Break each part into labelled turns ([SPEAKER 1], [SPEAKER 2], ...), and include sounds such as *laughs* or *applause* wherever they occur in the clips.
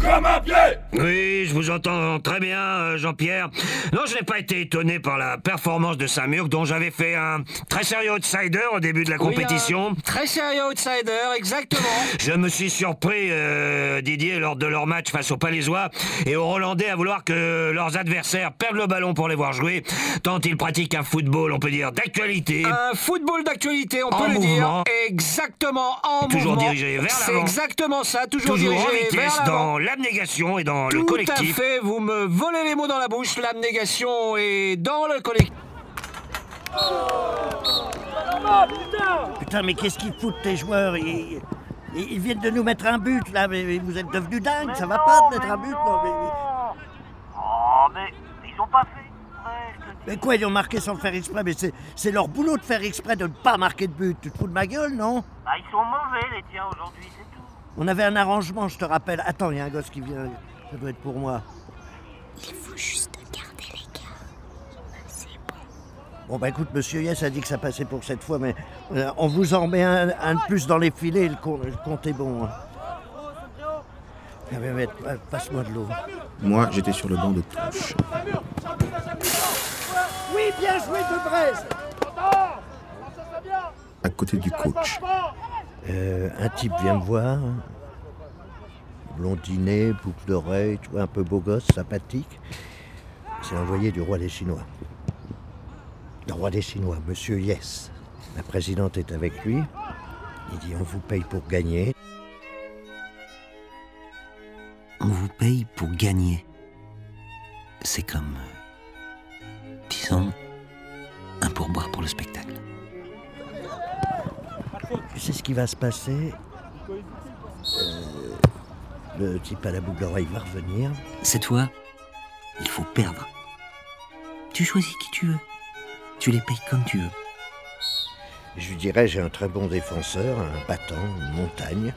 [SPEAKER 1] comme un pied
[SPEAKER 2] Oui, je vous entends très bien, euh, Jean-Pierre. Non, je n'ai pas été étonné par la performance de Samurg, dont j'avais fait un très sérieux outsider au début de la compétition.
[SPEAKER 3] hein.
[SPEAKER 4] Très sérieux outsider,
[SPEAKER 2] *laughs*
[SPEAKER 4] exactement.
[SPEAKER 2] Je me suis surpris, euh, Didier, lors de leur match face aux Palaisois et aux Hollandais à vouloir que leurs adversaires perdent le ballon pour les voir jouer, tant ils pratiquent un football, on peut dire, d'actualité.
[SPEAKER 3] Ah,
[SPEAKER 4] Un Euh, football d'actualité, on
[SPEAKER 2] En
[SPEAKER 4] peut le
[SPEAKER 2] mouvement.
[SPEAKER 4] dire. Exactement, en
[SPEAKER 2] Toujours
[SPEAKER 4] mouvement.
[SPEAKER 2] dirigé vers
[SPEAKER 4] C'est
[SPEAKER 2] l'avant.
[SPEAKER 4] exactement ça, toujours,
[SPEAKER 2] Toujours en
[SPEAKER 4] dirigé
[SPEAKER 2] vitesse,
[SPEAKER 4] vers l'avant.
[SPEAKER 2] dans l'abnégation et dans le
[SPEAKER 4] Tout
[SPEAKER 2] collectif.
[SPEAKER 4] à fait, vous me volez les mots dans la bouche, l'abnégation est dans le collectif.
[SPEAKER 3] Putain, mais qu'est-ce qu'ils foutent, tes joueurs ils, ils- ils viennent de nous mettre un but, là. Mais mais vous êtes devenus dingues, ça va pas de mettre un but, non, mais- mais-
[SPEAKER 5] Oh, mais ils ont pas fait exprès, je te dis.
[SPEAKER 3] Mais, quoi, ils ont marqué sans le faire exprès Mais c'est c'est leur boulot de faire exprès de ne pas marquer de but. Tu te fous de ma gueule, non
[SPEAKER 5] Bah, ils sont mauvais, les tiens, aujourd'hui, c'est tout.
[SPEAKER 3] On avait un arrangement, je te rappelle. Attends, il y a un gosse qui vient. Ça doit être pour moi.
[SPEAKER 6] Il faut juste garder l'écart. C'est bon.
[SPEAKER 3] Bon, bah écoute, monsieur Yes a dit que ça passait pour cette fois, mais euh, on vous en met un, un de plus dans les filets, le, com- le compte est bon. hein. Ah, mais, mais, euh, Passe-moi de l'eau.
[SPEAKER 7] Moi, j'étais sur le banc de touche.
[SPEAKER 3] Oui, bien joué de Brest
[SPEAKER 7] à côté du coach.
[SPEAKER 3] Euh, un type vient me voir, blondiné, boucle d'oreille, tu vois, un peu beau gosse, sympathique. C'est l'envoyé du roi des Chinois. Le roi des Chinois, monsieur Yes. La présidente est avec lui. Il dit on vous paye pour gagner.
[SPEAKER 8] On vous paye pour gagner. C'est comme, euh, disons, un pourboire pour le spectacle.
[SPEAKER 3] Tu sais ce qui va se passer Euh, Le type à la boucle d'oreille va revenir.
[SPEAKER 8] Cette fois, il faut perdre. Tu choisis qui tu veux. Tu les payes comme tu veux.
[SPEAKER 3] Je lui dirais, j'ai un très bon défenseur, un battant, une montagne.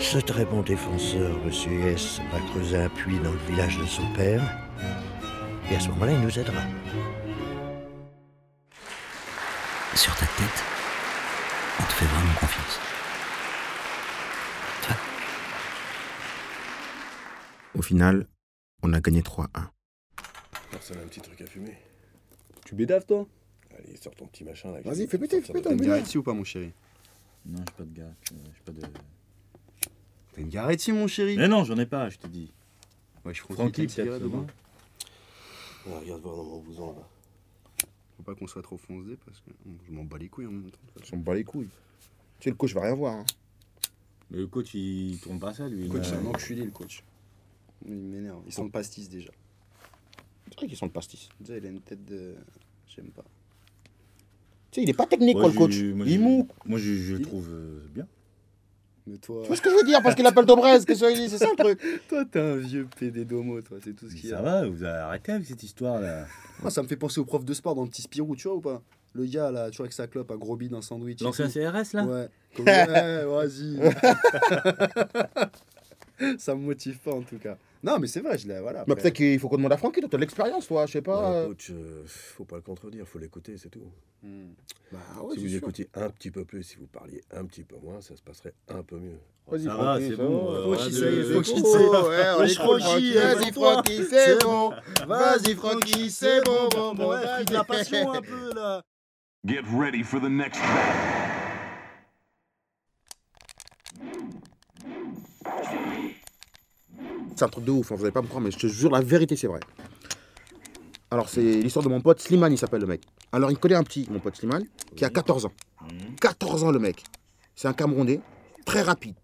[SPEAKER 3] Ce très bon défenseur, monsieur Yes, va creuser un puits dans le village de son père. Et à ce moment-là, il nous aidera.
[SPEAKER 8] Sur ta tête, on te fait vraiment confiance.
[SPEAKER 7] Au final, on a gagné 3-1.
[SPEAKER 9] Personne a un petit truc à fumer.
[SPEAKER 10] Tu bédaves, toi
[SPEAKER 9] Allez, sors ton petit machin là.
[SPEAKER 10] Vas-y, fais péter, fais péter,
[SPEAKER 9] Sortir
[SPEAKER 10] on
[SPEAKER 9] de-
[SPEAKER 10] bédave.
[SPEAKER 7] ou pas, mon chéri
[SPEAKER 10] Non, j'ai pas de gars. J'ai pas de. T'as une garette ici, mon chéri
[SPEAKER 11] Mais non, j'en ai pas, je te dis.
[SPEAKER 10] Ouais, je prends
[SPEAKER 11] Tranquille,
[SPEAKER 10] une cigarette
[SPEAKER 11] peut-être,
[SPEAKER 10] demain.
[SPEAKER 9] Ah, regarde voir dans mon bouson là.
[SPEAKER 10] Faut pas qu'on soit trop foncé parce que je m'en bats les couilles en même temps.
[SPEAKER 7] On me bat les couilles. Tu sais, le coach va rien voir. hein.
[SPEAKER 11] Mais le coach, il tourne pas ça, lui.
[SPEAKER 10] Le
[SPEAKER 11] il
[SPEAKER 10] coach,
[SPEAKER 11] a-
[SPEAKER 10] c'est un enculé, le coach. Il m'énerve. Il sent le pastis déjà.
[SPEAKER 7] C'est vrai qu'ils sont le pastis.
[SPEAKER 10] Déjà, il a une tête de. J'aime pas.
[SPEAKER 7] Tu sais, il est pas technique,
[SPEAKER 11] Moi,
[SPEAKER 7] quoi, le coach.
[SPEAKER 11] je- moi,
[SPEAKER 7] il
[SPEAKER 11] je-
[SPEAKER 7] mouque.
[SPEAKER 11] Moi, je, je le trouve euh, bien.
[SPEAKER 10] Mais toi.
[SPEAKER 7] Tu vois ce que je veux dire Parce qu'il appelle Dobrez, que ce- c'est ça le truc.
[SPEAKER 10] *laughs* Toi, t'es un vieux pédé d'homo, toi, c'est tout ce
[SPEAKER 11] Mais
[SPEAKER 10] qu'il y
[SPEAKER 11] ça
[SPEAKER 10] a.
[SPEAKER 11] va, vous avez arrêté avec cette histoire-là.
[SPEAKER 10] Moi, ça me fait penser au prof de sport dans le petit Spirou, tu vois ou pas Le gars, là, tu vois, avec sa clope, un gros bide, un sandwich. et
[SPEAKER 11] L'ancien
[SPEAKER 10] tout.
[SPEAKER 11] CRS, là
[SPEAKER 10] Ouais. Comme- ouais,
[SPEAKER 7] *laughs*
[SPEAKER 10] vas-y. ça me motive pas, en tout cas. Non, mais c'est vrai, je l'ai. Voilà.
[SPEAKER 7] Bah,
[SPEAKER 10] après-
[SPEAKER 7] peut-être qu'il faut qu'on demande à Francky, toi, t'as de l'expérience, toi, je sais pas.
[SPEAKER 9] Ouais,
[SPEAKER 7] euh.
[SPEAKER 9] coach, euh, faut pas le contredire, faut l'écouter, c'est tout.
[SPEAKER 10] Hmm. Bah, ouais,
[SPEAKER 9] si
[SPEAKER 10] c'est
[SPEAKER 9] vous
[SPEAKER 10] sûr.
[SPEAKER 9] écoutiez un petit peu plus, si vous parliez un petit peu moins, ça se passerait un peu mieux.
[SPEAKER 7] Vas-y,
[SPEAKER 11] Ça va,
[SPEAKER 7] Francky,
[SPEAKER 11] c'est
[SPEAKER 7] ça
[SPEAKER 11] bon.
[SPEAKER 7] va.
[SPEAKER 11] euh,
[SPEAKER 10] Faut
[SPEAKER 11] voilà,
[SPEAKER 10] qu'il
[SPEAKER 11] de-
[SPEAKER 10] s'aille, faut
[SPEAKER 11] de-
[SPEAKER 10] qu'il
[SPEAKER 11] de-
[SPEAKER 10] s'aille.
[SPEAKER 7] Oh, ouais, on
[SPEAKER 10] Ouais,
[SPEAKER 7] est
[SPEAKER 10] Francky,
[SPEAKER 7] Francky,
[SPEAKER 10] ouais,
[SPEAKER 7] vas-y,
[SPEAKER 10] c'est
[SPEAKER 7] Francky, c'est
[SPEAKER 10] C'est
[SPEAKER 7] bon. Vas-y, Francky, c'est bon, bon, bon.
[SPEAKER 10] Ouais,
[SPEAKER 7] vas-y.
[SPEAKER 10] de la passion un peu là.
[SPEAKER 1] Get ready for the next battle.
[SPEAKER 7] C'est un truc de ouf, hein, vous allez pas me croire, mais je te jure, la vérité, c'est vrai. Alors, c'est l'histoire de mon pote Slimane, il s'appelle le mec. Alors, il connaît un petit, mon pote Slimane, qui a 14 ans. 14 ans, le mec. C'est un Camerounais, très rapide.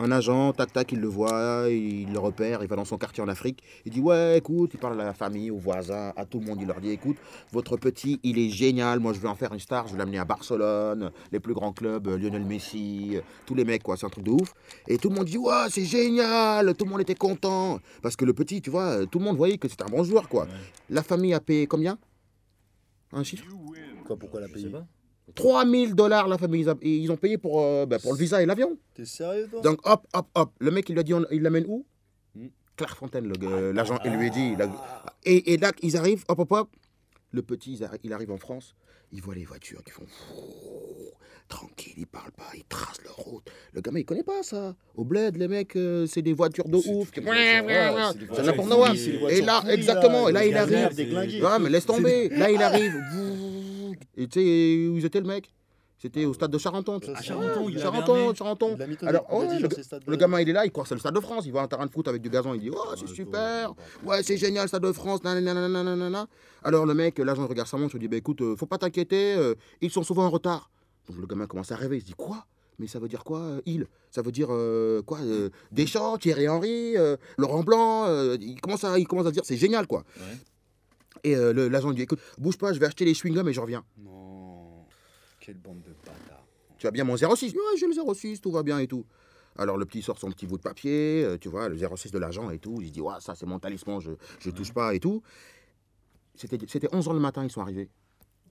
[SPEAKER 7] Un agent, tac-tac, il le voit, il le repère, il va dans son quartier en Afrique. Il dit Ouais, écoute, il parle à la famille, aux voisins, à tout le monde. Il leur dit Écoute, votre petit, il est génial. Moi, je veux en faire une star. Je veux l'amener à Barcelone, les plus grands clubs, euh, Lionel Messi, euh, tous les mecs, quoi. C'est un truc de ouf. Et tout le monde dit Ouais, c'est génial. Tout le monde était content. Parce que le petit, tu vois, euh, tout le monde voyait que c'était un bon joueur, quoi. La famille a payé combien Un chiffre
[SPEAKER 10] Quoi, pourquoi la
[SPEAKER 11] Je sais
[SPEAKER 10] payer
[SPEAKER 11] pas.
[SPEAKER 7] 3000 dollars, la famille. Ils a- Ils ont payé pour, euh, bah, pour le visa et l'avion.
[SPEAKER 10] T'es sérieux toi
[SPEAKER 7] Donc hop, hop, hop. Le mec, il lui a dit, on- il l'amène où
[SPEAKER 10] Hmm.
[SPEAKER 7] Clairefontaine, le-
[SPEAKER 10] Ah.
[SPEAKER 7] euh, l'agent, il lui a dit. il a- Et, et là, ils arrivent, hop, hop, hop. Le petit, ils arri- il arrive en France, il voit les voitures qui font. Tranquille, il parle pas, il trace leur route. Le gamin, il connaît pas ça. Au bled, les mecs, euh, c'est des voitures de ouf. qui-
[SPEAKER 10] voitures, ouais, c'est des
[SPEAKER 7] Ça
[SPEAKER 10] voitures
[SPEAKER 7] n'a pour
[SPEAKER 10] qui-
[SPEAKER 7] Noah.
[SPEAKER 10] c'est des
[SPEAKER 7] Et
[SPEAKER 10] voitures
[SPEAKER 7] là,
[SPEAKER 10] pourries,
[SPEAKER 7] exactement.
[SPEAKER 10] là,
[SPEAKER 7] Et là,
[SPEAKER 10] des
[SPEAKER 7] il
[SPEAKER 10] galères,
[SPEAKER 7] arrive.
[SPEAKER 10] des glingués.
[SPEAKER 7] Ouais, mais laisse tomber. Là,
[SPEAKER 10] *laughs*
[SPEAKER 7] il arrive. Et tu sais où ils étaient, le mec C'était au stade de Charenton.
[SPEAKER 10] À Charenton, il l'a
[SPEAKER 7] Charenton,
[SPEAKER 10] berné.
[SPEAKER 7] Charenton.
[SPEAKER 10] Il l'a mitonné.
[SPEAKER 7] Alors,
[SPEAKER 10] Il a
[SPEAKER 7] ouais,
[SPEAKER 10] dit,
[SPEAKER 7] le,
[SPEAKER 10] genre, c'est le stade de-
[SPEAKER 7] le gamin, il est là, il croit que c'est le stade de France. Il voit un terrain de foot avec du gazon. Il dit, oh, c'est super. Ouais, c'est génial, le stade de France. nanana, nanana. Alors, le mec, l'agent, il regarde sa montre. Il lui dit, bah écoute, euh, faut pas t'inquiéter. euh, ils sont souvent en retard. Donc, le gamin commence à rêver. Il se dit, quoi mais ça veut dire quoi, euh, il Ça veut dire euh, quoi
[SPEAKER 10] *laughs*
[SPEAKER 7] euh, Deschamps, Thierry Henry, euh, Laurent Blanc. euh, il, commence à, il commence à se dire, c'est génial, quoi. Et euh, le- l'agent lui dit écoute, bouge pas, je vais acheter les chewing-gums et je reviens.
[SPEAKER 10] Quelle bande de bâtards.
[SPEAKER 7] Tu as bien mon 06 Ouais, j'ai le 06, tout va bien et tout. Alors le petit sort son petit bout de papier, euh, tu vois, le 06 de l'agent et tout. Il se dit ouais, ça c'est mon talisman, je, je touche pas et tout. C'était c'était 11h le matin, ils sont arrivés.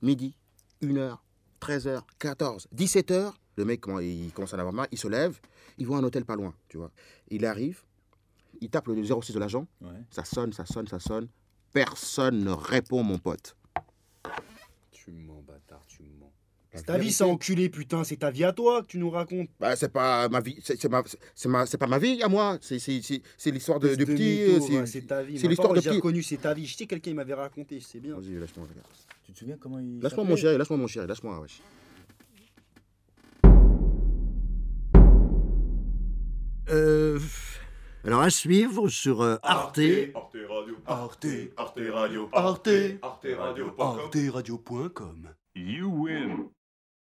[SPEAKER 7] Midi, 1h, 13h, 14h, 17h. Le mec, comment- il commence à en avoir marre, il se lève, il voit un hôtel pas loin, tu vois. Il arrive, il tape le 06 de l'agent, ça sonne, ça sonne, ça sonne. Personne ne répond, mon pote.
[SPEAKER 10] Tu mens, bâtard, tu mens.
[SPEAKER 7] La
[SPEAKER 10] C'est ta vie,
[SPEAKER 7] vérité.
[SPEAKER 10] ça enculé, putain, c'est ta vie à toi que tu nous racontes.
[SPEAKER 7] Bah, c'est pas ma vie, c'est c'est ma- c'est ma- c'est pas ma vie à moi, c'est c'est- c'est- c'est l'histoire de- du
[SPEAKER 10] De
[SPEAKER 7] petit.
[SPEAKER 10] mytho,
[SPEAKER 7] euh, c'est-
[SPEAKER 10] ouais, c'est ta vie.
[SPEAKER 7] C'est l'histoire de
[SPEAKER 10] J'ai
[SPEAKER 7] petit.
[SPEAKER 10] reconnu, c'est ta vie. Je sais, quelqu'un il m'avait raconté, je sais bien.
[SPEAKER 7] Vas-y, lâche-moi, regarde.
[SPEAKER 11] Tu te souviens comment il.
[SPEAKER 7] Lâche-moi, mon chéri, lâche-moi, mon chéri, lâche-moi, wesh.
[SPEAKER 3] Euh, alors à suivre sur euh, Arte.
[SPEAKER 12] Arte Radio. Arte. Arte Radio.
[SPEAKER 3] Arte.
[SPEAKER 12] Arte Radio.
[SPEAKER 13] arteradio.com.
[SPEAKER 1] You win.